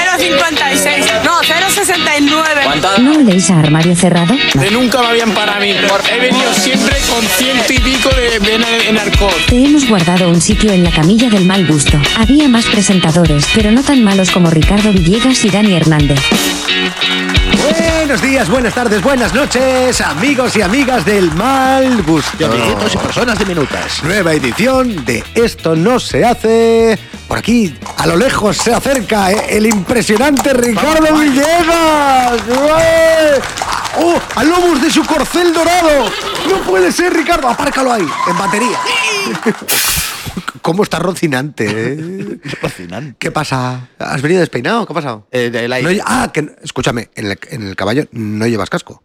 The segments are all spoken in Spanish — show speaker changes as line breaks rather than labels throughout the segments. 0,56. No, 0,69.
¿Cuánto?
¿No leéis a armario cerrado?
De nunca me habían para mí. He venido siempre con ciento y pico de vena en arco.
Te hemos guardado un sitio en la camilla del mal gusto. Había más presentadores, pero no tan malos como Ricardo Villegas y Dani Hernández.
Buenos días, buenas tardes, buenas noches, amigos y amigas del mal gusto.
Amiguitos y personas diminutas.
Nueva edición de Esto no se hace. Por aquí, a lo lejos, se acerca eh, el impresionante Ricardo Villegas. ¡Ué! ¡Oh! ¡Al lobos de su corcel dorado! ¡No puede ser, Ricardo! Apárcalo ahí, en batería. ¿Cómo está rocinante? eh?
Fascinante.
¿Qué pasa? ¿Has venido despeinado? ¿Qué ha pasado?
Eh, el aire.
No lle- ah, que, escúchame, en el, en el caballo no llevas casco.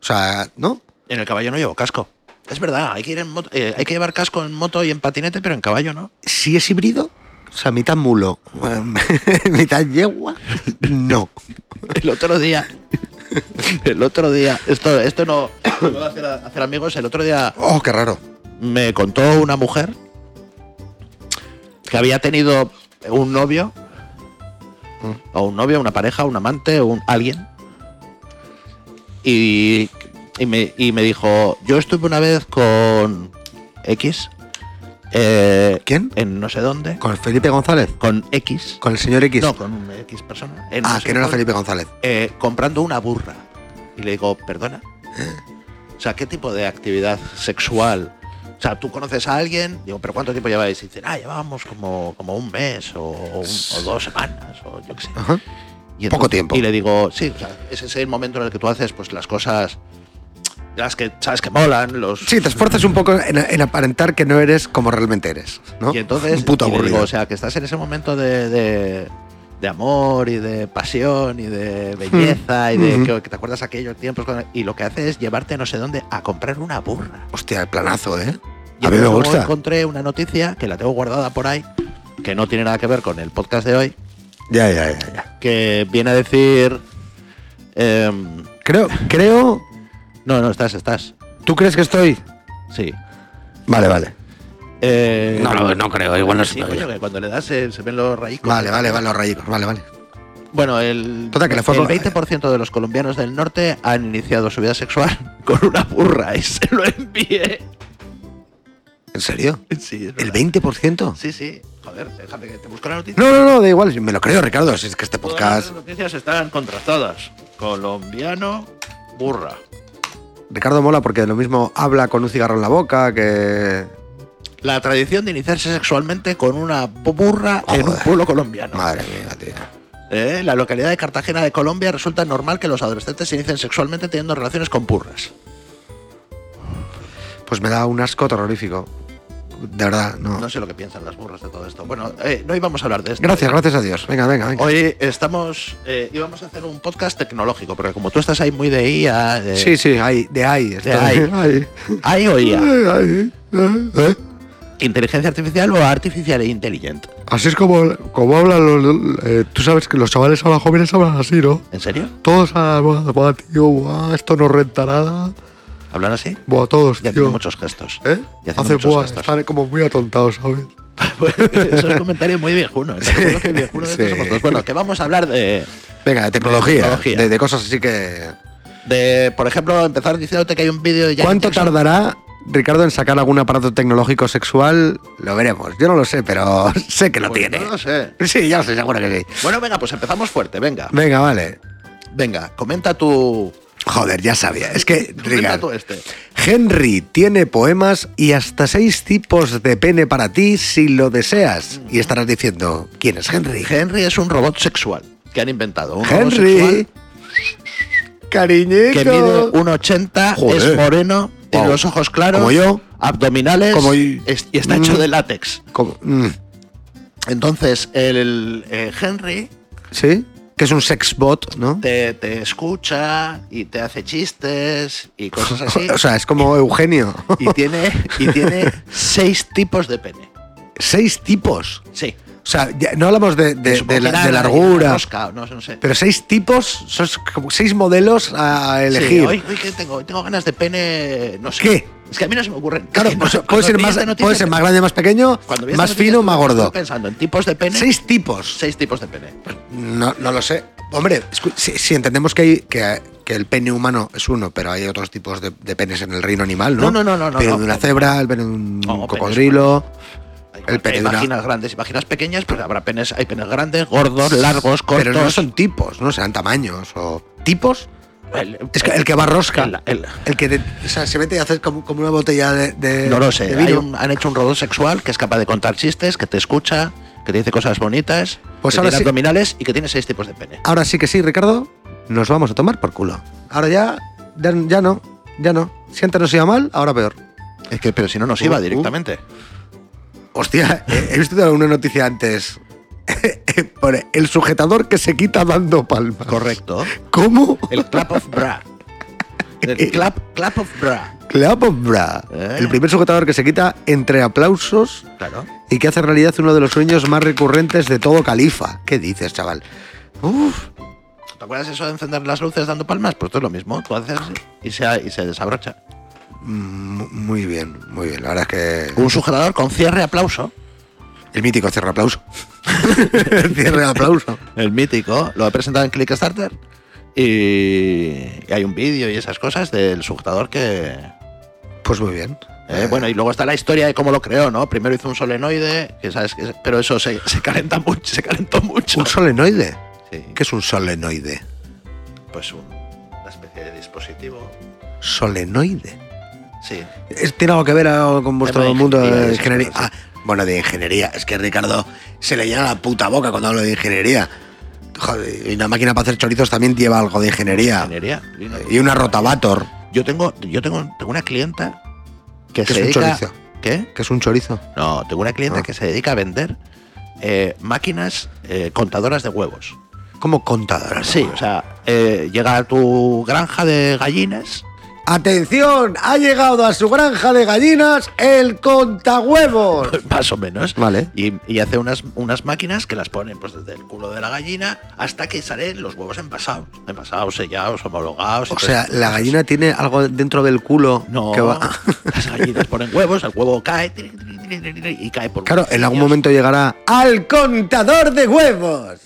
O sea, ¿no?
En el caballo no llevo casco. Es verdad, hay que, ir en moto- eh, hay que llevar casco en moto y en patinete, pero en caballo no.
Si es híbrido, o sea, mitad mulo, mitad yegua, no.
El otro día. El otro día. Esto, esto no. no va a hacer, a- hacer amigos. El otro día
Oh, qué raro.
me contó una mujer que había tenido un novio. O un novio, una pareja, un amante, un alguien. Y, y, me, y me dijo, yo estuve una vez con X. eh,
¿Quién?
En no sé dónde.
¿Con Felipe González?
Con X.
¿Con el señor X?
No, con un X persona. en
ah,
no sé
que no era
dónde
Felipe González.
eh, comprando una burra. Y le digo, perdona.
¿Eh?
O sea, ¿qué tipo de actividad sexual? O sea, tú conoces a alguien, digo, pero ¿cuánto tiempo lleváis? Y dicen, ah, llevábamos como, como un mes o, o un- o dos semanas o yo qué sé.
Ajá.
Y
Poco tiempo.
Y le digo, sí, o sea, ese es el momento en el que tú haces pues las cosas, las que sabes que molan, los...
Sí, te esfuerzas un poco en, en aparentar que no eres como realmente eres, ¿no?
Y entonces,
Un puto
y le digo,
aburrido.
o sea, que estás en ese momento de, de- de amor y de pasión y de belleza y de
Mm.
que, que te acuerdas aquellos tiempos. cuando- y lo que hace es llevarte no sé dónde a comprar una burra.
Hostia, el planazo, ¿eh?
Y
A mí me
luego
gusta.
encontré una noticia que la tengo guardada por ahí, que no tiene nada que ver con el podcast de hoy,
Ya, ya, ya. ya.
que viene a decir. em,
Creo, creo...
no, no, estás, estás.
¿Tú crees que estoy...?
Sí.
Vale, vale.
Eh,
creo, igual
sí, coño, que cuando le das eh, se ven los raíces.
Vale, vale, vale, los rayicos, vale, vale.
Bueno, el,
Total, que le fue
el
mal.
20% de los colombianos del norte han iniciado su vida sexual con una burra y se lo envié.
¿En serio?
Sí, es
¿El
verdad.
20%?
Sí, sí. Joder, déjate que te busco la noticia.
No, no, no, da igual, si me lo creo, Ricardo, si es que este
Todas
podcast...
las noticias están contrastadas. Colombiano, burra.
Ricardo mola porque lo mismo habla con un cigarro en la boca que...
La tradición de iniciarse sexualmente con una burra en un
Joder.
pueblo colombiano.
Madre mía, tío.
Eh, en la localidad de Cartagena de Colombia resulta normal que los adolescentes se inicien sexualmente teniendo relaciones con burras.
Pues me da un asco terrorífico. De verdad, no.
No sé lo que piensan las burras de todo esto. Bueno, eh, no íbamos a hablar de esto.
Gracias, gracias a Dios. Venga, venga, venga.
Hoy estamos, eh, íbamos a hacer un podcast tecnológico, porque como tú estás ahí muy de IA, de-
Sí, sí, ahí, de ahí. está.
ahí.
Ahí.
¿AI o IA?
Ahí, ahí, ahí, ¿eh?
¿Inteligencia artificial o artificial e inteligente?
Así es como, como hablan los... eh, tú sabes que los chavales ahora jóvenes hablan así, ¿no?
¿En serio?
Todos hablan, buah, tío, buah, esto no renta nada.
¿Hablan así?
Buah, todos,
Ya
tío.
tienen muchos gestos.
¿Eh?
Y hacen
Hace
muchos
buah,
gestos. Pues,
están como muy atontados, ¿sabes?
Eso es comentario muy viejuno. ¿eh? Te juro que viejuno de estos
Sí.
somos dos. Bueno, que vamos a hablar de,
Venga, de tecnología.
tecnología.
De, de cosas así que...
de, por ejemplo, empezar diciéndote que hay un vídeo de... Janet
¿Cuánto
Jackson.
tardará Ricardo en sacar algún aparato tecnológico sexual? Lo veremos. Yo no lo sé, pero sé que lo
Pues
tiene.
No lo sé.
Sí, ya lo sé, seguro que sí.
Bueno, venga, pues empezamos fuerte, venga.
Venga, vale.
Venga, comenta tu...
Joder, ya sabía. Es que,
Comenta tú
Ricardo,
este.
Henry tiene poemas y hasta seis tipos de pene para ti si lo deseas. Y estarás diciendo, ¿quién es Henry?
Henry es un robot sexual que han inventado. Un robot sexual
Henry. Cariñito.
que mide 1,80, es
Joder.
moreno, tiene
Wow.
los ojos claros,
Como yo.
abdominales
Como y-
es- y está hecho
Mm.
de látex.
Como- mm,
Entonces, el, eh, Henry
¿Sí? Que es un sexbot, ¿no?
te, te escucha y te hace chistes y cosas así.
O sea, es como Eugenio.
y tiene, y tiene seis tipos de pene.
Seis tipos.
Sí.
O sea, ya- no hablamos de, de-
Es un
de la-
poquito
de
y una
largura,
rosca, no, no sé.
pero seis tipos, son como seis modelos a
Sí,
elegir.
hoy, hoy que tengo, hoy tengo ganas de pene, no sé.
¿Qué?
Es que a mí no se me ocurren.
Claro,
Es que no-
pues, puede,
cuando
ser
vi
más,
esta noticia-
puede ser más grande, más pequeño,
cuando vi esta
más
noticia,
fino, más
estuve
gordo.
Pensando en tipos de pene.
Seis tipos.
Seis tipos de pene.
No, no lo sé. Hombre, escu- si, si entendemos que, hay, que, que el pene humano es uno, pero hay otros tipos de, de penes en el reino animal, ¿no?
No, no, no, no, no,
Pene
no.
de una cebra, el pene de un
No, penes
cocodrilo. El pene
Hay
de una-
vaginas grandes y vaginas pequeñas, pues habrá penes, hay penes grandes, gordos, largos, cortos.
Pero no son tipos, ¿no? Serán tamaños o tipos.
El-
Es que el que va rosca.
El- el-
El que te- o sea, se mete y hace como, como una botella de, de-
no lo sé.
Eh, de
hay
vino.
un- han hecho un robot sexual que es capaz de contar chistes, que te escucha, que te dice cosas bonitas,
Pues
que
ahora
tiene
sí-
abdominales y que tiene seis tipos de pene.
Ahora sí que sí, Ricardo, nos vamos a tomar por culo. Ahora ya, ya, ya no, ya no. Si antes nos iba mal, ahora peor.
Es que, pero si no, nos
Uh,
iba
uh.
directamente.
Hostia, eh, he visto una noticia antes. Pone, el sujetador que se quita dando palmas.
Correcto.
¿Cómo?
El clap of bra. El clap, clap of bra.
Clap of bra.
Eh.
El primer sujetador que se quita entre aplausos
Claro.
y que hace realidad uno de los sueños más recurrentes de todo califa. ¿Qué dices, chaval? Uf,
¿Te acuerdas eso de encender las luces dando palmas? Pues esto es lo mismo. Tú haces así y se, y se desabrocha.
mu- muy bien, muy bien. La verdad es que...
Un sujetador con cierre aplauso.
El mítico cierre aplauso. cierre aplauso.
El mítico. Lo he presentado en Clickstarter. Y y hay un vídeo y esas cosas del sujetador que...
Pues muy bien.
eh, bueno, y luego está la historia de cómo lo creó, ¿no? Primero hizo un solenoide, que sabes que- pero eso se, se calenta mucho, se calentó mucho.
¿Un solenoide?
Sí,
¿Qué es un solenoide?
pues un- una especie de dispositivo.
Solenoide.
Sí,
Es- ¿Tiene algo que ver algo con vuestro
Tema de
mundo de
ingeniería,
ingeniería?
esas cosas,
Ah, bueno, de ingeniería. Es que Ricardo se le llena la puta boca cuando hablo de ingeniería. Joder, y una máquina para hacer chorizos también lleva algo de ingeniería.
ingeniería. Lino.
Ah. Y una rotavator.
Yo tengo, yo tengo, tengo una clienta que
¿Qué
se
es un
dedica-
chorizo?
¿Qué?
¿Qué es un chorizo?
No, tengo una clienta
Ah.
que se dedica a vender eh, máquinas eh, contadoras de huevos.
Como contadora.
Sí, o sea, eh, llega a tu granja de gallinas.
Atención, ha llegado a su granja de gallinas el contahuevos.
pues, Más o menos.
Vale.
Y, y hace unas, unas máquinas que las ponen pues, desde el culo de la gallina hasta que salen los huevos envasados. Envasados, sellados, homologados. y
O
todo
sea,
esto.
la gallina tiene algo dentro del culo
No,
que va.
las gallinas ponen huevos, el huevo cae tiri, tiri, tiri, tiri, tiri, y cae por
Claro, en
huevecillos.
algún momento llegará al contador de huevos.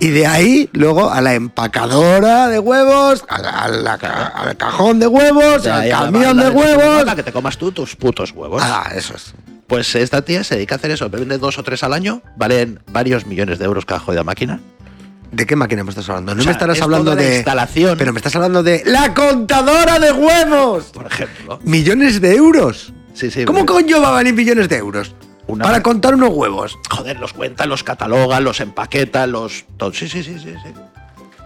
Y de ahí, luego, a la empacadora de huevos, a la- a la ca- al cajón de huevos,
Ya,
al
ya,
camión
banda
de
tu
huevos.
Para que te comas tú tus putos huevos.
Ah, eso es.
Pues esta tía se dedica a hacer eso, vende dos o tres al año, valen varios millones de euros cada jodida máquina.
¿De qué máquina me estás hablando? No
O sea,
me estarás
es
hablando
toda la
de.
instalación.
Pero me estás hablando de. ¡La contadora de huevos!
Por ejemplo.
Millones de euros.
Sí, sí.
¿Cómo
vende-
coño va a valer millones de euros?
Una-
Para contar unos huevos.
Joder, los cuenta, los cataloga, los empaqueta, los. todo. Sí, sí, sí, sí, sí.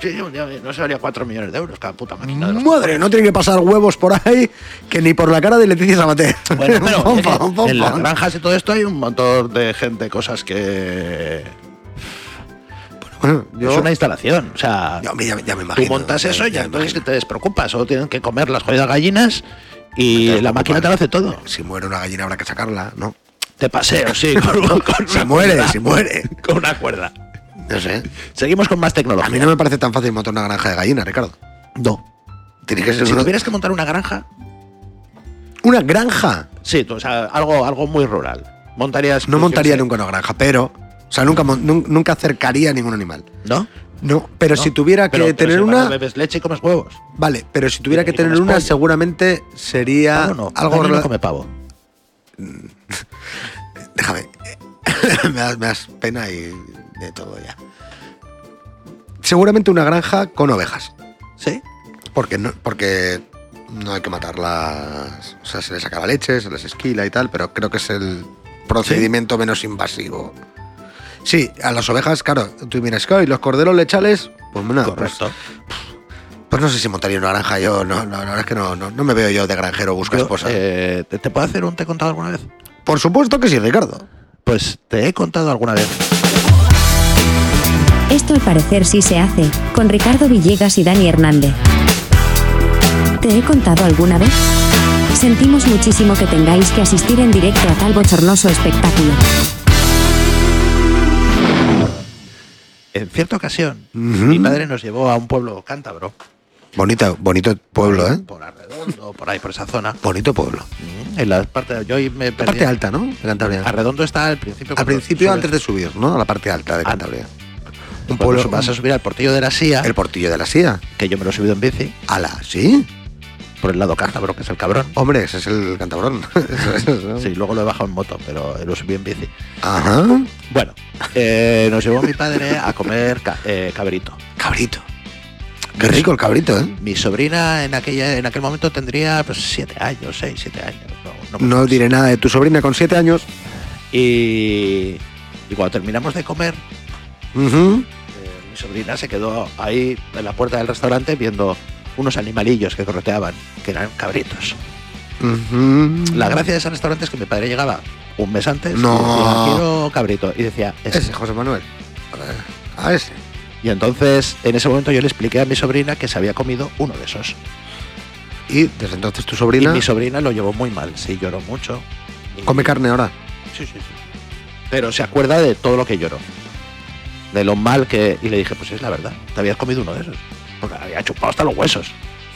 Sí, sí, un día no se valía cuatro millones de euros cada puta máquina. de los
Madre, no tiene que pasar huevos por ahí que ni por la cara de Leticia Sabater.
Bueno, pero
Pom,
es que
pom, pom,
en las
pom.
granjas y todo esto hay un montón de gente, cosas que.
Bueno,
es
yo,
una instalación. O sea,
yo- ya, ya me
tú
imagino.
montas
ya-
eso y
ya
ya
me
entonces que
imagino.
te despreocupas. Solo tienen que comer las jodidas gallinas y
Claro,
la máquina te lo hace todo.
Si muere una gallina habrá que sacarla, ¿no?
Te paseo, sí, con, con
Se
una
muere,
cuerda.
se muere.
Con una cuerda.
No sé.
Seguimos con más tecnología.
A mí no me parece tan fácil montar una granja de gallinas, Ricardo.
No.
Tiene que ser
Si
uno-
tuvieras que montar una granja,
una granja.
sí, tú, o sea, algo, algo muy rural. Montarías.
No
yo
montaría
qué sé,
nunca una granja, pero. O sea, nunca, mon- nun- nunca acercaría a ningún animal.
¿no.
No, pero
No.
si tuviera que
Pero- pero
tener
sin embargo,
una.
Bebes leche y comes huevos.
Vale, pero si tuviera
Y
que
comes
tener una,
pollo.
seguramente sería
Pavo no.
Ah, algo.
Dani no
rela-
come pavo.
Déjame. me, das, me das pena y de todo ya. Seguramente una granja con ovejas.
Sí.
Ah, Porque no, porque no hay que matarlas. O sea, se les saca la leche, se les esquila y tal, pero creo que es el procedimiento menos invasivo. Sí, a las ovejas, claro, tú miras, y los corderos lechales, pues nada, pues,
Correcto.
pues no sé si montaría una granja yo, no, no, la verdad es que no, no, no me veo yo de granjero busca
Yo,
esposa.
eh, ¿te, te puedo hacer un te he contado alguna vez?
Por supuesto que sí, Ricardo.
Pues te he contado alguna vez.
Esto al parecer sí se hace, con Ricardo Villegas y Dani Hernández. ¿Te he contado alguna vez? Sentimos muchísimo que tengáis que asistir en directo a tal bochornoso espectáculo.
En cierta ocasión, mi padre nos llevó a un pueblo cántabro
Bonita, bonito pueblo, ¿eh?
Por Arredondo, por ahí, por esa zona.
Bonito pueblo.
En la parte, yo ahí me perdí.
Parte alta, ¿no? De Cantabria.
Arredondo está al principio.
Al principio, antes de subir, ¿no? A la parte alta de
Ah.
Cantabria.
un
Un pueblo.
Pues Vas a subir al portillo de la Sía,
El portillo de la Sía.
que yo me lo he subido en bici,
Ala, ¿sí?
por el lado cántabro, que es el cabrón.
Hombre, ese es el cantabrón.
Sí, luego lo he bajado en moto, pero lo subí en bici.
Ajá.
Bueno, eh, nos llevó mi padre a comer ca- eh, cabrito.
Cabrito. Qué rico el cabrito, ¿eh?
Mi sobrina en aquella en aquel momento tendría pues, siete años, seis, siete años. No, no-
No diré nada de tu sobrina con siete años.
Y, y cuando terminamos de comer,
Ujú.
eh, mi sobrina se quedó ahí en la puerta del restaurante viendo unos animalillos que correteaban, que eran cabritos.
Ujú.
La gracia de ese restaurante es que mi padre llegaba un mes antes
No.
y decía, quiero cabrito. Y decía, "Ese".
Ese, José Manuel. A ese.
Y entonces, en ese momento yo le expliqué a mi sobrina que se había comido uno de esos.
Y desde entonces tu
Y
sobrina
mi sobrina lo llevó muy mal, sí, lloró mucho. Y-
come carne ahora.
Sí, sí, sí. Pero se acuerda de todo lo que lloró. De lo mal que... Y le dije, pues es la verdad, te habías comido uno de esos. Porque había chupado hasta los huesos.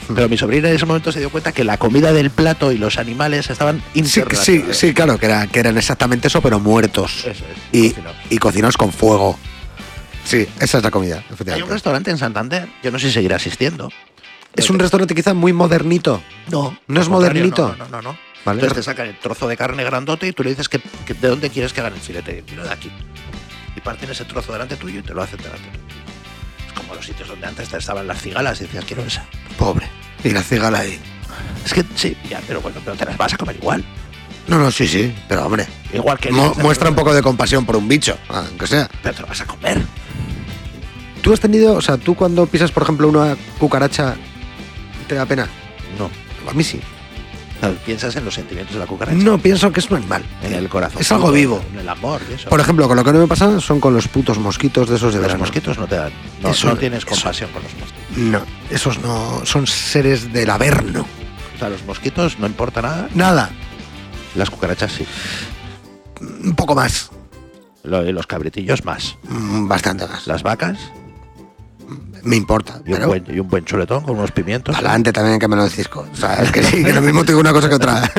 Hmm.
Pero mi sobrina en ese momento se dio cuenta que la comida del plato y los animales estaban
Sí,
interrelacionados.
sí, sí, claro, que, era- que eran exactamente eso, pero muertos.
Eso es,
y,
cocinados.
y cocinados con fuego. Sí, esa es la comida,
Hay un
efectivamente.
restaurante en Santander, yo no sé si seguirá asistiendo.
Es un restaurante quizá muy modernito.
No.
¿No es
al contrario,
modernito?
No, no, no. no.
Vale.
Entonces te sacan el trozo de carne grandote y tú le dices que, que de dónde quieres que hagan el filete. Y yo, "Quiero de aquí. Y parten ese trozo delante tuyo y te lo hacen delante tuyo. Es como los sitios donde antes te estaban las cigalas y decías, quiero esa.
Pobre. Y la cigala ahí.
Es que sí, ya, pero bueno, pero te las vas a comer igual.
No, no, sí, sí, pero hombre.
Igual que...
mu- muestra un poco de compasión por un bicho, ah, aunque sea.
Pero te lo vas a comer.
¿Tú has tenido, o sea, tú cuando pisas, por ejemplo, una cucaracha, te da pena?
No.
A mí sí.
Piensas en los sentimientos de la cucaracha.
No, pienso que es un animal.
En el corazón.
Es algo vivo.
En el amor y eso.
Por ejemplo, con lo que no me pasa son con los putos mosquitos de esos de
los
verano.
mosquitos no te dan. No,
Eso-
no tienes
eso-
compasión con los mosquitos.
No, esos no son seres del averno.
O sea, los mosquitos no importa nada.
Nada,
Las cucarachas sí.
un poco más,
Lo- y los cabritillos más.
mm, bastante más.
Las vacas
Me importa,
y un,
pero
buen, y un buen chuletón con unos pimientos.
adelante también que me lo cisco. O sea, es que sí, que lo mismo te digo una cosa que otra.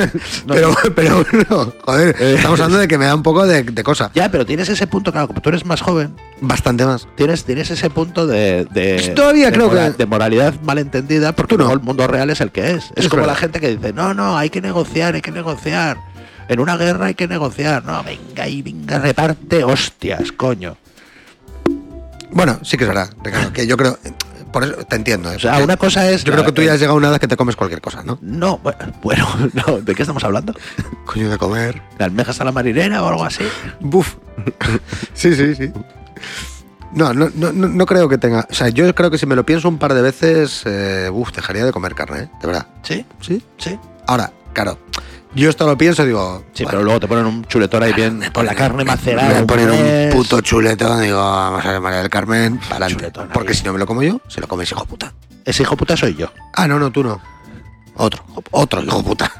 pero, pero bueno, joder, estamos hablando de que me da un poco de, de cosa.
Ya, pero tienes ese punto, claro, como tú eres más joven,
Bastante más.
tienes, tienes ese punto de. de-
Todavía
de
creo que-
De moralidad malentendida, porque
Tú no.
luego el mundo real es el que es. Es,
Es
como
verdad.
la gente que dice: no, no, hay que negociar, hay que negociar. En una guerra hay que negociar. No, venga y venga, reparte hostias, coño.
Bueno, sí que es verdad, Ricardo, que yo creo, por eso te entiendo. ¿eh?
O sea, una cosa es.
yo
la-
creo que tú ya has llegado a una edad que te comes cualquier cosa, ¿no?
No, bueno, no, ¿de qué estamos hablando?
Coño de comer.
¿De almejas a la marinera o algo así?
Buf. sí, sí, sí. No, no, no, no- no creo que tenga. O sea, yo creo que si me lo pienso un par de veces, eh, uf, dejaría de comer carne, ¿eh? de verdad.
Sí,
Sí.
sí.
Ahora, claro, yo esto lo pienso y digo.
Sí,
bueno,
pero luego te ponen un chuletón ahí
Ah,
bien con la carne macerada.
Me voy a poner
mes.
un puto chuletón, digo, vamos a ver, María del Carmen, para adelante.
Chuletón,
Porque
ahí.
si no me lo como yo, se lo come ese hijo puta.
Ese hijo puta soy yo.
Ah, no, no, tú no. Otro, otro hijo puta.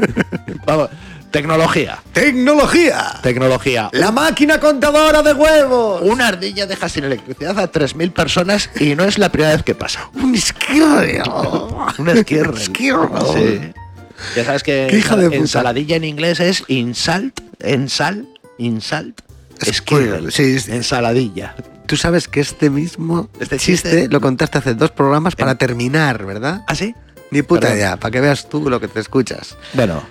Vamos, tecnología.
¡Tecnología!
Tecnología.
¡La máquina contadora de huevos!
Una ardilla deja sin electricidad a 3.000 personas y no es la primera vez que pasa.
¡Un izquierdo!
Un esquirro.
Esquirro.
Sí. Ya sabes que
Qué hija de puta.
ensaladilla en inglés es insalt, ensal, insalt,
Squirrel,
esquirro.
sí, sí.
Ensaladilla.
Tú sabes que este mismo
Este
chiste,
chiste-
lo contaste hace dos programas para terminar, ¿verdad?
¿Ah, sí?
Ni puta
Perdón.
idea, para que veas tú lo que te escuchas.
Bueno,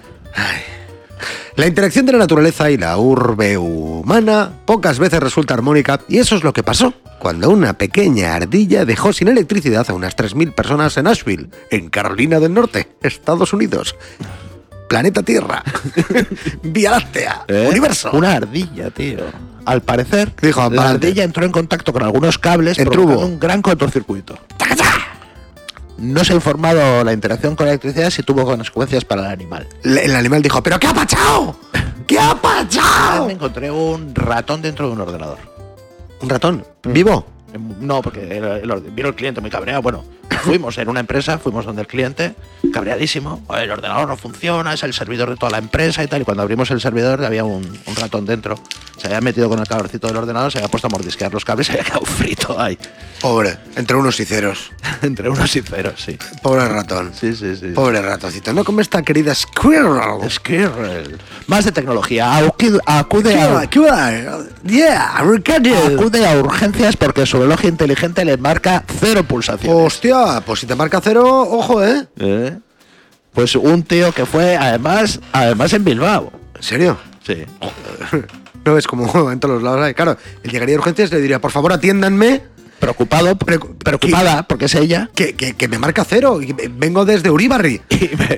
La interacción de la naturaleza y la urbe humana pocas veces resulta armónica y eso es lo que pasó cuando una pequeña ardilla dejó sin electricidad a unas 3.000 personas en Nashville, en Carolina del Norte, Estados Unidos. Planeta Tierra. Vía Láctea.
¿Eh?
Universo.
Una ardilla, tío. Al parecer,
Dijo,
la
"Pa'lante".
ardilla entró en contacto con algunos cables
Entró
provocando
hubo.
un gran cortocircuito. No se ha informado la interacción con la electricidad si tuvo consecuencias para el animal.
Le- El animal dijo, ¿pero qué ha pachao? ¿Qué ha pachao?
Me encontré un ratón dentro de un ordenador.
Un ratón. ¿Vivo?
No, porque el, el orde- vino el cliente muy cabreado. Bueno, fuimos en una empresa, fuimos donde el cliente, cabreadísimo, "Oye, el ordenador no funciona, es el servidor de toda la empresa y tal. Y cuando abrimos el servidor había un, un ratón dentro. Se había metido con el calorcito del ordenador, se había puesto a mordisquear los cables y había quedado frito ahí,
Pobre, entre unos y ceros.
entre unos y ceros, sí.
Pobre ratón.
Sí, sí, sí.
Pobre ratoncito. No como esta querida Squirrel.
Squirrel. Más de tecnología. Acu- Acude
¿Qué
a,
va? ¿Qué va? Yeah, Ricardo.
acude a urgencias porque su reloj inteligente le marca cero pulsaciones.
Hostia, pues si te marca cero, ojo, ¿eh?
¿Eh? Pues un tío que fue además, además en Bilbao.
¿En serio?
Sí.
No ves como en todos los lados. hay. Claro, él llegaría a urgencias y le diría, por favor, atiéndanme,
Preocupado, precu- preocupada, porque es ella.
que, que- que me marca cero. y que Vengo desde Uribarri.
Y me-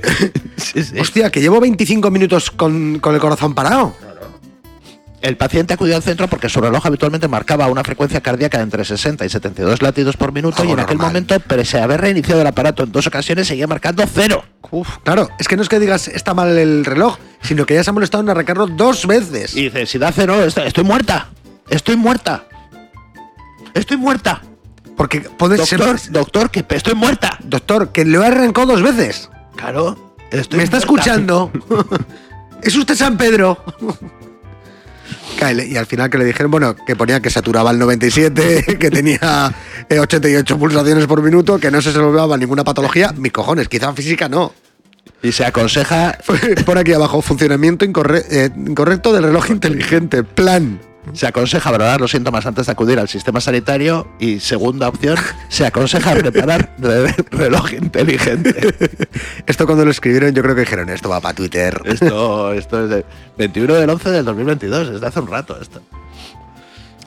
Sí, sí.
Hostia, que llevo 25 minutos con, con el corazón parado.
El paciente acudió al centro porque su reloj habitualmente marcaba una frecuencia cardíaca de entre 60 y 72 latidos por minuto y
Algo
en aquel
normal.
momento, pese a haber reiniciado el aparato en dos ocasiones, seguía marcando cero.
Uf, claro, es que no es que digas está mal el reloj, sino que ya se ha molestado en arrancarlo dos veces.
Y dice, si da cero, est- estoy muerta. Estoy muerta. Estoy muerta.
Porque puede ser.
Doctor, doctor, que pe- estoy muerta.
Doctor, que lo he arrancado dos veces.
Claro. Estoy
Me está
muerta.
escuchando. es usted San Pedro. Cáele, Y al final que le dijeron, bueno, que ponía que saturaba el 97, que tenía eh, 88 pulsaciones por minuto, que no se solvaba ninguna patología. Mis cojones, quizá física no.
Y se aconseja,
Por aquí abajo, funcionamiento incorre- eh, incorrecto del reloj inteligente. Plan.
se aconseja valorar los síntomas antes de acudir al sistema sanitario. Y segunda opción, se aconseja preparar re- reloj inteligente.
Esto cuando lo escribieron yo creo que dijeron, esto va para Twitter.
Esto, esto es de 21 del 11 del 2022, es de hace un rato esto.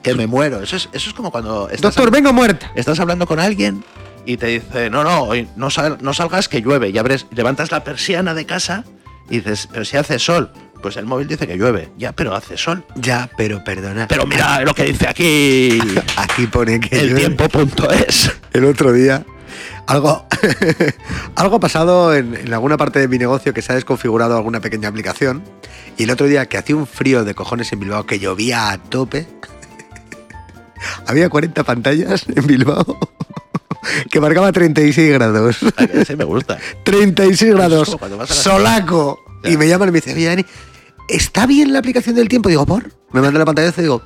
Que me muero. Eso es, eso es como cuando... estás
Doctor,
hablando-
vengo muerta.
estás hablando con alguien y te dice, no, no, hoy no, sal- no salgas que llueve. Y abres, levantas la persiana de casa y dices, pero si hace sol. Pues el móvil dice que llueve. Ya, pero hace sol.
Ya, pero perdona.
Pero mira lo que dice aquí
Aquí pone que
el
yo-
tiempo.es.
el otro día. Algo, algo ha pasado en, en alguna parte de mi negocio que se ha desconfigurado alguna pequeña aplicación. Y el otro día que hacía un frío de cojones en Bilbao, que llovía a tope. Había 40 pantallas en Bilbao que marcaba 36 grados.
Sí, me gusta.
36 grados.
Eso, cuando vas a la-
Solaco.
Ya.
Y me llaman y me dicen, oye, Dani, ¿está bien la aplicación del tiempo? Digo, ¿por? Me manda la pantalla y digo,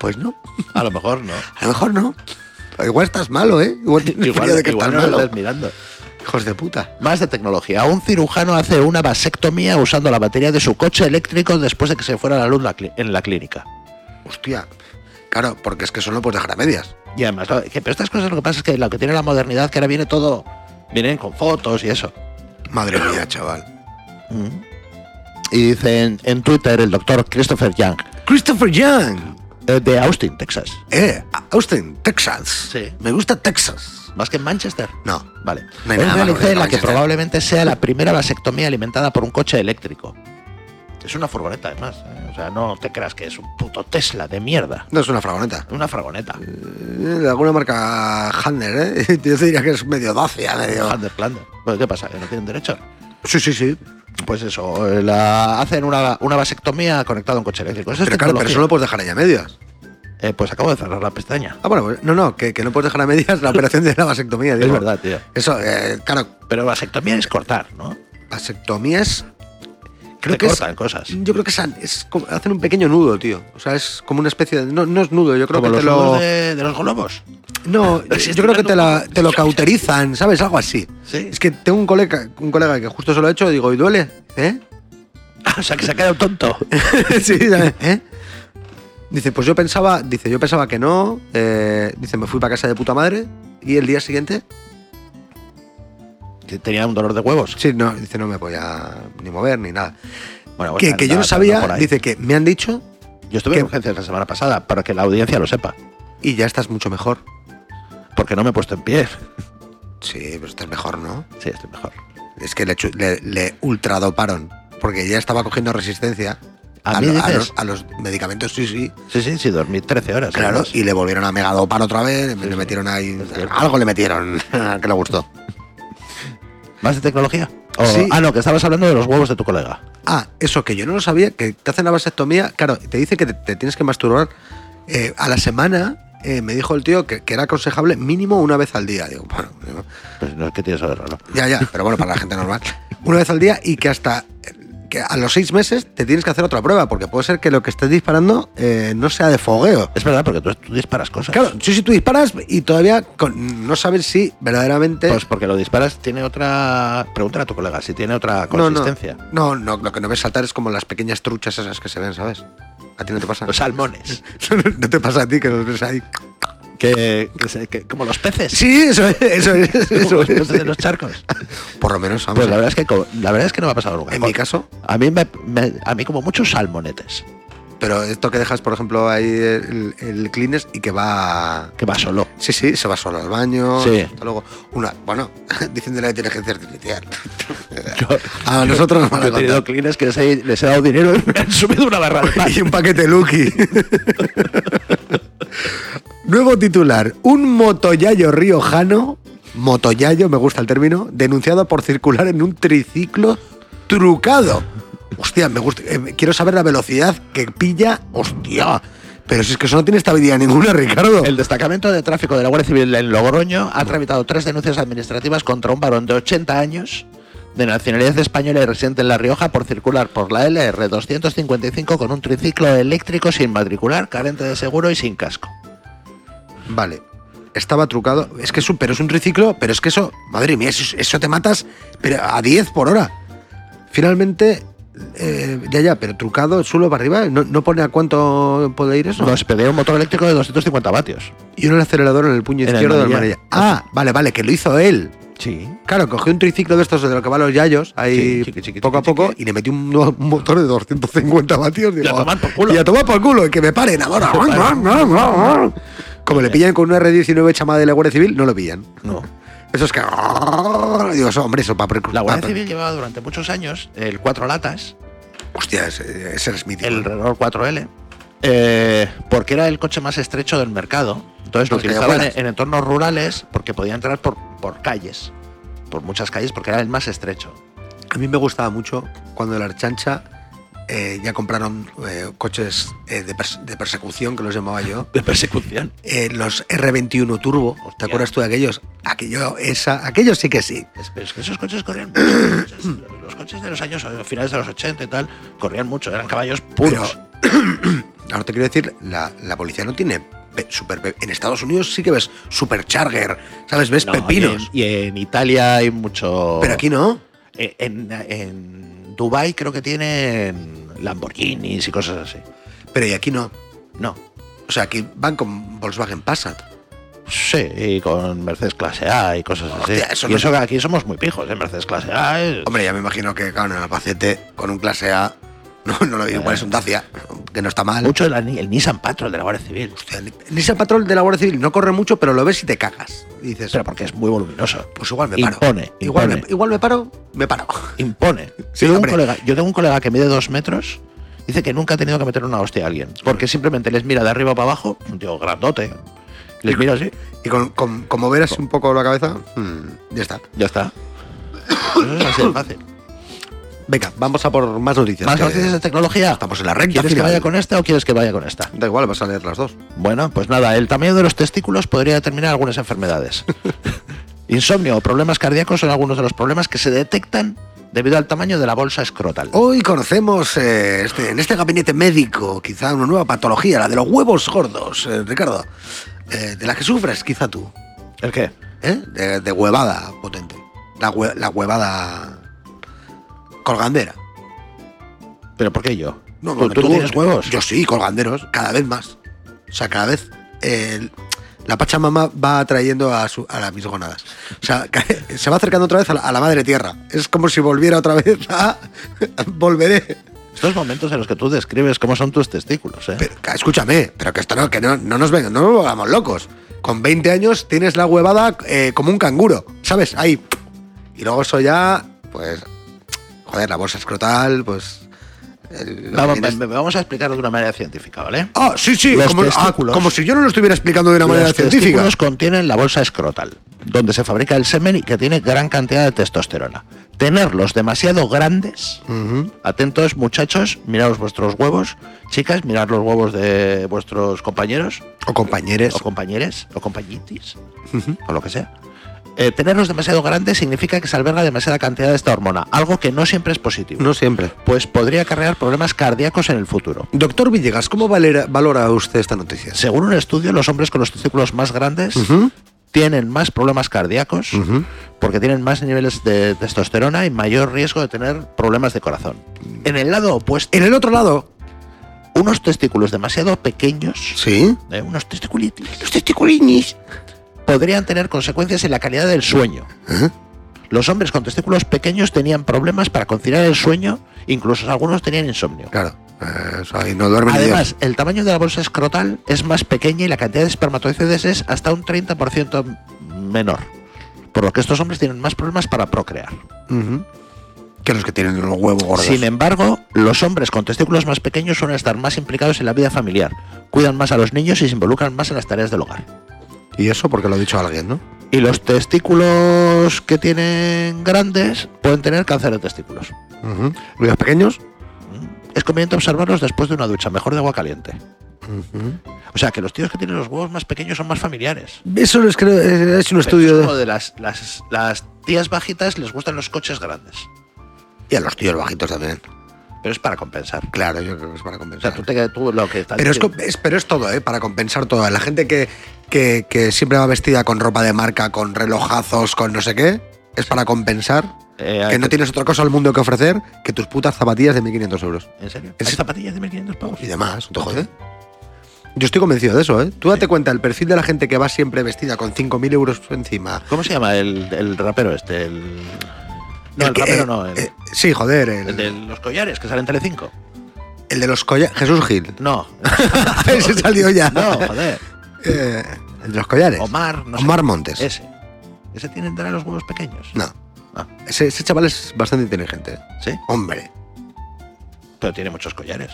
pues no.
A lo mejor no.
A lo mejor no. Igual estás malo, ¿eh? Igual tienes
Igual,
frío de que
igual
estás
no lo
malo.
estás mirando.
Hijos de puta.
Más de tecnología. Un cirujano hace una vasectomía usando la batería de su coche eléctrico después de que se fuera la luz la cli- en la clínica.
Hostia. Claro, porque es que solo puedes dejar a medias.
Y además, ¿no? que- pero estas cosas lo que pasa es que lo que tiene la modernidad, que ahora viene todo, vienen con fotos y eso.
Madre mía, chaval.
Y dicen en Twitter el doctor Christopher Young,
Christopher Young.
eh, de Austin, Texas.
Eh, Austin, Texas.
Sí.
Me gusta Texas.
Más que en Manchester.
No.
Vale.
No hay
Él
nada más
realizó
bonito que
la que
Manchester.
probablemente sea la primera vasectomía alimentada por un coche eléctrico. Es una furgoneta, además. ¿eh? O sea, no te creas que es un puto Tesla de mierda.
No es una fragoneta.
Una fragoneta.
Eh, De alguna marca Handler, ¿eh? Yo te diría que es medio Dacia, medio...
Hunter Plunder. Bueno, ¿qué pasa? ¿Que no tienen derecho?
Sí, sí, sí.
Pues eso, eh, la hacen una, una vasectomía conectada a un coche eléctrico. Eso es
Pero claro, pero
tecnología.
solo puedes dejar ahí a medias.
Eh, pues acabo de cerrar la pestaña.
Ah, bueno, pues- no, no, que, que no puedes dejar a medias la operación de la vasectomía. digo.
verdad, tío.
Eso, eh, claro,
Pero vasectomía es cortar, ¿no?
vasectomía es. Creo
Te
que es-
cortan cosas.
Yo creo que es, es como- hacen un pequeño nudo, tío. O sea, es como una especie de. No, no es nudo, yo creo
Como
que
los
te lo.
nudos de, de los globos.
No, yo creo que te, la- te lo cauterizan, ¿sabes? Algo así.
Sí.
Es que tengo un colega, un colega que justo se lo ha hecho y digo, ¿y duele? ¿Eh?
o sea, que se ha quedado tonto.
sí, ¿sabes? ¿Eh? Dice, pues yo pensaba, dice, yo pensaba que no. eh, dice, me fui para casa de puta madre. Y el día siguiente,
Que Tenía un dolor de huevos.
sí, no, dice, no me voy a ni mover ni nada.
Bueno, bueno,
que que yo no
anda, anda por
sabía,
ahí.
dice que me han dicho
Yo estuve
que-
en urgencias la semana pasada, para que la audiencia lo sepa.
y ya estás mucho mejor.
Porque no me he puesto en pie.
Sí, pero estás mejor, ¿no?
Sí, estoy mejor.
Es que le, chu- le, le ultradoparon. Porque ya estaba cogiendo resistencia
¿A mí
lo-
dices?
los, a los medicamentos, sí, sí.
Sí, sí, sí, dormí 13 horas.
Claro,
además.
y le volvieron a megadopar otra vez, le metieron ahí. Algo le metieron que le gustó.
¿Más de tecnología? O-
Sí.
Ah, no, que estabas hablando de los huevos de tu colega.
Ah, eso que yo no lo sabía, que te hacen la vasectomía, claro, te dice que te, te tienes que masturbar eh, a la semana eh, me dijo el tío que, que era aconsejable mínimo una vez al día. Digo, bueno, digo,
Pues no es que tienes que saberlo, ¿no?
ya, ya, pero bueno, para la gente normal. Una vez al día y que hasta eh, que a los seis meses te tienes que hacer otra prueba, porque puede ser que lo que estés disparando eh, no sea de fogueo.
Es verdad, porque tú, tú disparas cosas.
Claro, sí, si tú disparas y todavía con- no sabes si verdaderamente...
Pues porque lo disparas tiene otra... Pregúntale a tu colega si tiene otra
no, Ah. no,
consistencia.
no, no, lo que no ves saltar es como las pequeñas truchas esas que se ven, ¿sabes? A ti no te pasa.
Los salmones.
no te pasa a ti que los ves ahí.
que, que se- que- como los peces.
Sí, eso es, eso es,
Como
eso
los peces
es.
de los charcos.
Por lo menos, vamos.
Pues la verdad es que co- la verdad es que no me ha pasado nunca.
En
Con-
mi caso,
a mí me- me- a mí como muchos salmonetes
pero esto que dejas, por ejemplo, ahí el, el Kleenex y que va.
que va solo.
Sí, sí, se va solo al baño.
Sí.
Hasta luego. Una, bueno, dicen de la inteligencia artificial.
Yo-
A nosotros nos van
yo
a
he tenido
contar.
clientes que les he, les he dado dinero y me han subido una barra de pan.
Y un paquete Lucky. Nuevo titular. Un motoyayo riojano, motoyayo, me gusta el término, denunciado por circular en un triciclo trucado. Hostia, me gusta. eh, quiero saber la velocidad que pilla. Hostia. Pero si es que eso no tiene estabilidad ninguna, Ricardo.
El destacamento de tráfico de la Guardia Civil en Logroño ha tramitado tres denuncias administrativas contra un varón de 80 años de nacionalidad española y residente en La Rioja por circular por la LR 255 con un triciclo eléctrico sin matricular, carente de seguro y sin casco.
Vale. Estaba trucado. Es que es un, pero es un triciclo, pero es que eso, madre mía, eso, eso te matas pero a 10 por hora. Finalmente, eh, ya, ya, pero trucado, suelo para arriba, no, no pone a cuánto puede ir eso.
Nos pedía un motor eléctrico de 250 vatios.
Y un acelerador en el puño
En el
izquierdo del
manillar.
manillar. Ah, vale, vale, que lo hizo él.
Sí.
Claro, cogió un triciclo de estos de lo que van los yayos, ahí
Sí, chiqui, chiqui,
poco
chiqui,
a poco,
chiqui.
y le metió un, no- un motor de 250 vatios. digo,
a tomar por culo.
Y a tomar por culo, y que me paren ahora. Como le pillan con una R19 chamada de la Guardia Civil, no lo pillan.
No.
Eso es que... ¡oh! Digo, eso, hombre, eso para...
La Guardia Civil llevaba durante muchos años el cuatro latas,
Hostia, ese, ese es mítico.
el Renault 4L, eh, porque era el coche más estrecho del mercado. Entonces lo
Los que
utilizaban en,
vuelas.
en entornos rurales porque podía entrar por, por calles, por muchas calles, porque era el más estrecho.
A mí me gustaba mucho cuando en la Archancha eh, ya compraron eh, coches eh, de, perse- de persecución, que los llamaba yo.
De persecución.
eh, los R21 Turbo, ¿te
Hostia.
acuerdas tú de aquellos? Aquello, esa, aquello sí que sí.
Es, pero es que esos coches corrían mucho. Los coches- Los coches de los años, eh, finales de los 80 y tal, corrían mucho, eran caballos puros.
Ahora te quiero decir, la, la policía no tiene pe- super pe- En Estados Unidos sí que ves supercharger, ¿sabes? Ves
No,
pepinos.
Y en, y en Italia hay mucho.
Pero aquí no.
Eh, En, en Dubai creo que tienen Lamborghinis y cosas así.
Pero y aquí no.
No.
O sea, aquí van con Volkswagen Passat.
Sí, y con Mercedes clase A y cosas así.
Hostia, eso
y
no-
eso que aquí somos muy pijos, en Mercedes clase A es-
Hombre, ya me imagino que, claro, en Albacete, con un clase A, no, no lo digo, igual es un Dacia, que no está mal.
mucho el, ani- el Nissan Patrol de la Guardia Civil.
El Nissan Patrol de la Guardia Civil no corre mucho, pero lo ves y te cagas. Y dices,
Pero porque es muy voluminoso.
pues igual me paro.
Impone,
igual,
impone.
Me, igual me paro, me paro.
Impone.
Sí,
yo, tengo un
hombre.
colega, yo tengo un colega que mide dos metros, dice que nunca ha tenido que meter una hostia a alguien. Porque simplemente les mira de arriba para abajo, un tío grandote. Les mira así,
Y con, con, con mover así un poco la cabeza, mm, ya está.
ya está. Eso es así de fácil.
Venga, vamos a por más noticias.
Más
que
noticias de tecnología.
Estamos en la recta
¿Quieres que
final.
vaya con esta o quieres que vaya con esta?
Da igual, vas a leer las dos.
Bueno, pues nada, el tamaño de los testículos podría determinar algunas enfermedades. Insomnio o problemas cardíacos son algunos de los problemas que se detectan debido al tamaño de la bolsa escrotal.
Hoy conocemos eh, este- en este gabinete médico quizá una nueva patología, la de los huevos gordos, eh, Ricardo. Eh, de la que sufres quizá tú,
¿El qué?
¿eh? De, de huevada potente. La, hue- la huevada colgandera.
¿Pero por qué yo?
No,
¿Tú,
no,
tú tienes huevos?
Yo sí, colganderos, cada vez más. O sea, cada vez eh, la Pachamama va atrayendo a, su- a las mis gonadas. O sea, ca- se va acercando otra vez a la, a la madre tierra. Es como si volviera otra vez a. Volveré.
Estos momentos en los que tú describes cómo son tus testículos, ¿eh?
Pero, ca- escúchame, pero que esto no, que no, no nos venga, no nos volvamos locos. Con 20 años tienes la huevada eh, como un canguro, ¿sabes? Ahí. Y luego eso ya, pues. Joder, la bolsa escrotal, pues. El-
Vamos,
tienes-
ve- ve- vamos a explicarlo de una manera científica, ¿vale?
Ah, sí, sí,
Los
como, ah,
testículos.
como si yo no lo estuviera explicando de una manera
Los
científica.
testículos contienen la bolsa escrotal, donde se fabrica el semen y que tiene gran cantidad de testosterona. Tenerlos demasiado grandes, atentos muchachos, miraos vuestros huevos, chicas, mirad los huevos de vuestros compañeros
O compañeros.
o compañeres o compañitis o lo que sea. Eh, tenerlos demasiado grandes significa que se alberga demasiada cantidad de esta hormona, algo que no siempre es positivo,
No siempre.
pues podría acarrear problemas cardíacos en el futuro.
Doctor Villegas, ¿cómo valera- valora usted esta noticia?
Según un estudio, los hombres con los testículos más grandes tienen más problemas cardíacos porque tienen más niveles de testosterona y mayor riesgo de tener problemas de corazón. En el lado opuesto,
En el otro lado.
unos testículos demasiado pequeños,
Sí.
eh, unos testiculitis, los testiculinis, podrían tener consecuencias en la calidad del sueño. Los hombres con testículos pequeños tenían problemas para conciliar el sueño, incluso algunos tenían insomnio.
Claro. eh, o sea, ahí no duerme ni
Además, el tamaño de la bolsa escrotal es más pequeña y la cantidad de espermatozoides es hasta un 30% menor. Por lo que estos hombres tienen más problemas para procrear.
Dios. Ujú. Que los que tienen los huevos gordos.
Sin embargo, los hombres con testículos más pequeños suelen estar más implicados en la vida familiar, cuidan más a los niños y se involucran más en las tareas del hogar.
Y eso porque lo ha dicho alguien, ¿no?
Y los testículos que tienen grandes pueden tener cáncer de testículos.
Ujú. Los pequeños.
Es conveniente observarlos después de una ducha, mejor de agua caliente. O sea, que los tíos que tienen los huevos más pequeños son más familiares.
Eso es, creo- eh, es un
Pero
estudio.
eso es
de-
como de las, las, las tías bajitas les gustan los coches grandes,
Y a los tíos bajitos también.
pero es para compensar.
Claro, yo creo que es para
O
compensar.
sea, tú, te, tú lo que estás
pero, es,
diciendo-
com- es- pero es todo, ¿eh? Para compensar todo. La gente que, que, que siempre va vestida con ropa de marca, con relojazos, con no sé qué, es para compensar
Eh, hay
que no
que-
tienes otra cosa al mundo que ofrecer que tus putas zapatillas de 1.500 euros.
¿En serio?
es-
¿Hay zapatillas de 1500 pavos?
Y demás, ¿te jode? Yo estoy convencido de eso, ¿eh? Tú date cuenta, el perfil de la gente que va siempre vestida con 5.000 euros encima.
¿Cómo se llama el, el rapero este? El... No, el,
que-
rapero
eh,
no, el,
eh, sí, joder, el,
el de los collares que sale en Telecinco.
el de los collares. Jesús Gil.
No.
Ese salió ya.
No, joder.
Eh, el de los collares.
Omar, no sé.
Omar Montes.
Ese. Ese tiene tendrá los huevos pequeños.
No.
Ah.
Ese, ese chaval es bastante inteligente. ¿eh?
Sí,
Hombre.
pero tiene muchos collares.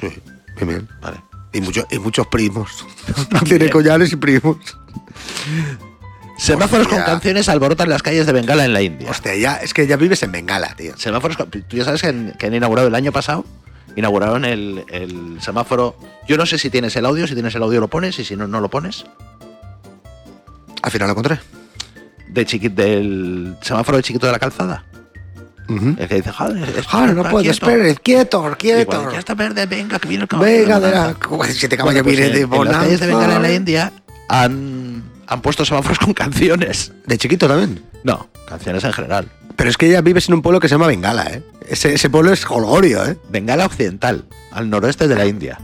Sí, bien, bien.
Vale.
Y, mucho- y muchos primos. Tiene collares y primos.
Semáforos con
Hostia.
canciones alborotan las calles de Bengala en la India.
Hostia, ya, es que ya vives en Bengala, tío.
semáforos. con- Tú ya sabes que, han- que han inaugurado el año pasado. Inauguraron el, el semáforo. Yo no sé si tienes el audio, si tienes el audio lo pones y si no, no lo pones.
Al final lo encontré.
De chiqui- del semáforo de chiquito de la calzada.
Ujú.
El que dice, joder, es-
Joder, Ah, no
está
puedes,
quieto".
espérate, quieto,
Y
quieto.
cuando, ya está verde, venga, que viene el caballo.
Venga, de la.
bonanza".
Siete
Bueno,
caballos
pues
viene
en-
de
en las calles de Bengala en la
bonanza.
India han, han puesto semáforos con canciones.
De chiquito también.
No, canciones en general.
Pero es que ya vives en un pueblo que se llama Bengala, ¿eh? Ese, ese pueblo es jolgorio, ¿eh?
Bengala Occidental, al noroeste de la India.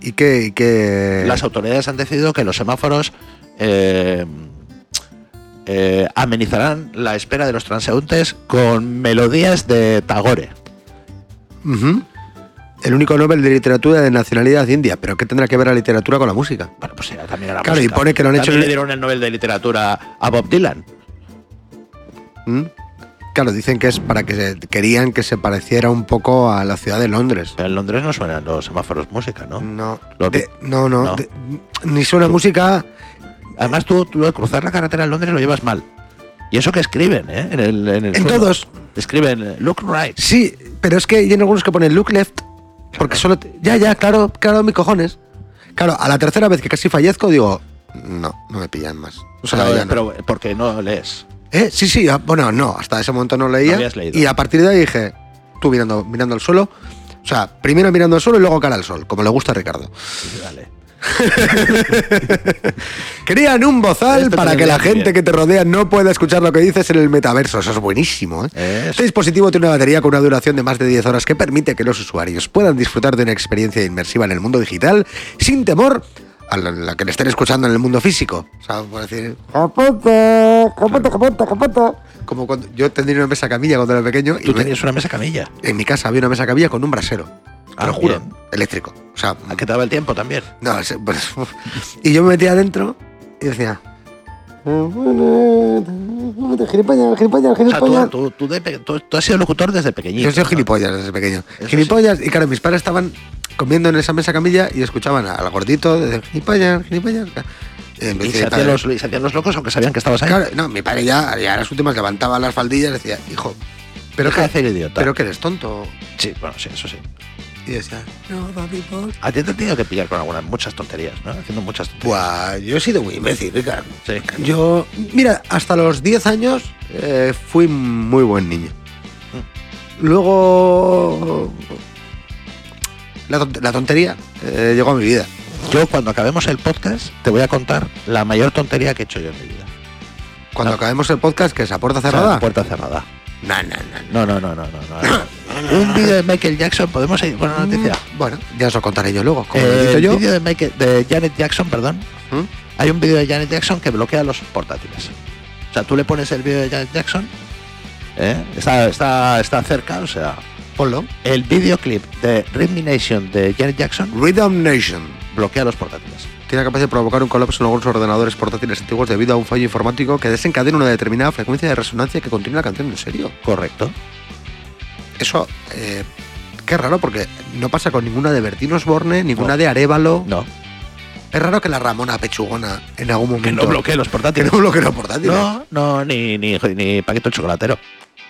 Y que. y que-
Las autoridades han decidido que los semáforos eh, eh, amenizarán la espera de los transeúntes con melodías de Tagore.
Ujú. El único Nobel de literatura de nacionalidad india. ¿Pero qué tendrá que ver la literatura con la música?
Bueno, pues era también a la
Claro, y
música.
pone que lo han hecho
También
en-
le dieron el Nobel de Literatura a Bob Dylan.
¿Mm? Claro, dicen que es para que se- querían que se pareciera un poco a la ciudad de Londres.
Pero en Londres no suenan los semáforos música, ¿no?
No,
Lo
de-
que-
no, no,
no.
de- ni suena música.
Además, tú, tú al cruzar la carretera en Londres lo llevas mal. Y eso que escriben, ¿eh? En, el, en, el
En
suelo.
todos.
Escriben, eh, look right.
Sí, pero es que hay en algunos que ponen look left. Porque solo. te- ya, ya, claro, claro, mis cojones. Claro, a la tercera vez que casi fallezco, digo, no, no me pillan más. O sea, Pues
pero,
ya no.
Ah, pero eh, porque no lees.
Eh, sí, sí, ah, bueno, no, hasta ese momento no leía.
No habías leído.
Y a partir de ahí dije, tú mirando, mirando al suelo. O sea, primero mirando al suelo y luego cara al sol, como le gusta a Ricardo.
Vale.
Crean un bozal
Esto
para
te
que la
vendría muy
gente
bien.
que te rodea no pueda escuchar lo que dices en el metaverso. Eso es buenísimo. ¿eh?
Eso.
Este dispositivo tiene una batería con una duración de más de 10 horas que permite que los usuarios puedan disfrutar de una experiencia inmersiva en el mundo digital sin temor a la, la que le estén escuchando en el mundo físico. O sea, por decir, "Capote, capote, capote, capote". Como cuando yo tendría una mesa camilla cuando era pequeño y
Tú
Pues me-
tenías una mesa camilla.
en mi casa había una mesa camilla con un brasero. Te
Ah,
lo juro,
bien. Ah,
eléctrico. O sea,
¿A qué te daba el tiempo también?
no, ese- pues, y yo me metía adentro y decía, Gilipollas, gilipollas,
O sea, Ah, tú,
gilipollas.
tú, tú de pe- tú- tú has sido locutor desde pequeñito.
Yo soy gilipollas desde pequeño.
Eso
gilipollas. Y claro, mis padres estaban comiendo en esa mesa camilla y escuchaban al gordito decir gilipollas, gilipollas. Y en vez
Y
de
se, hacían
padre-
los, y se hacían los locos aunque sabían que estabas ahí.
Claro, no, mi padre ya, ya en las últimas levantaba las faldillas y decía, hijo, pero
Deja
que,
de hacer idiota.
pero que eres tonto.
Sí, bueno, sí, eso sí.
Y decía, no, papi, por...
A ti te he tenido que pillar con algunas muchas tonterías, ¿no? Haciendo muchas tonterías.
Buah, yo he sido muy imbécil, Ricardo.
Sí.
Yo, mira, hasta los 10 años eh, fui muy buen niño. Luego... La, tont- la tontería eh, llegó a mi vida.
Yo cuando acabemos el podcast te voy a contar la mayor tontería que he hecho yo en mi vida.
Cuando
Ah.
acabemos el podcast, que es a puerta
O sea,
cerrada.
puerta cerrada.
No, no, no, no.
No, no, no, no, no. no. Un vídeo de Michael Jackson, podemos ir con la noticia.
Mm. Bueno, ya os lo contaré yo luego, como
Eh,
he dicho
el
yo.
vídeo de, Michael- de Janet Jackson, perdón.
¿Mm?
Hay un vídeo de Janet Jackson que bloquea los portátiles. O sea, tú le pones el vídeo de Janet Jackson. ¿eh? Está, está, está cerca, o sea.
Ponlo.
El videoclip de Rhythm Nation de Janet Jackson
Rhythm Nation.
bloquea los portátiles.
tiene la capacidad de provocar un colapso en algunos ordenadores portátiles antiguos debido a un fallo informático que desencadena una determinada frecuencia de resonancia que contiene la canción. ¿En serio?
Correcto.
Eso, eh, qué raro, porque no pasa con ninguna de Bertín Osborne, ninguna de Arevalo.
No.
Es raro que la Ramona Pechugona en algún
Que
momento...
no bloquee los
que
portátiles.
no bloquee los portátiles.
No, no, ni, ni, ni paquete chocolatero.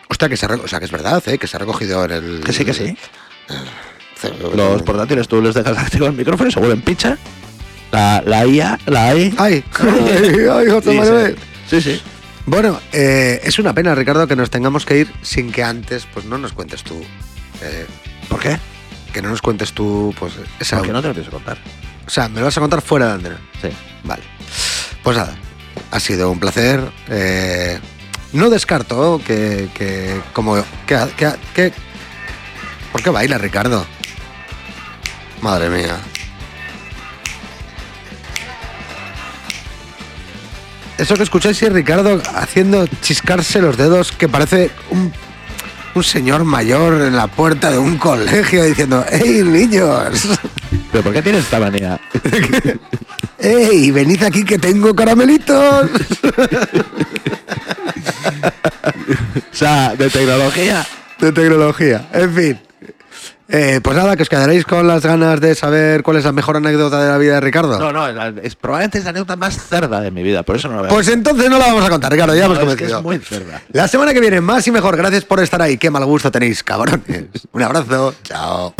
Hostia, que se ha reco- o sea, que es verdad, ¿eh? que se ha recogido en el...
Que sí, que sí.
Ce-
Pues Los portátiles tú les dejas activo el micrófono y se vuelven picha. La, la IA, la AI.
¡Ay! ¡Ay, ay, José
y
Manuel!
se- sí, sí.
Bueno, eh, es una pena, Ricardo, que nos tengamos que ir sin que antes, pues no nos cuentes tú, eh,
¿Por qué?
que no nos cuentes tú, pues esa.
Porque no te lo pienso contar.
O sea, me lo vas a contar fuera de Andrea.
Sí.
Vale. Pues nada, ha sido un placer. eh, no descarto que, que como que, ha- que ha- que- ¿Por qué baila Ricardo? Madre mía. Eso que escucháis es Ricardo haciendo chiscarse los dedos que parece un, un señor mayor en la puerta de un colegio diciendo, ¡Hey, niños!
¿Pero por qué tienes esta manía?
¡Ey, venid aquí que tengo caramelitos!
o sea, de tecnología.
de tecnología. En fin. Eh, pues nada, que os quedaréis con las ganas de saber cuál es la mejor anécdota de la vida de Ricardo.
No, no, es, la- es- probablemente es la anécdota más cerda de mi vida, por eso no la veo.
Pues entonces no la vamos a contar, Ricardo, ya hemos
es que
convencido.
es muy cerda.
La semana que viene, más y mejor. Gracias por estar ahí. Qué mal gusto tenéis, cabrones. Un abrazo. Chao.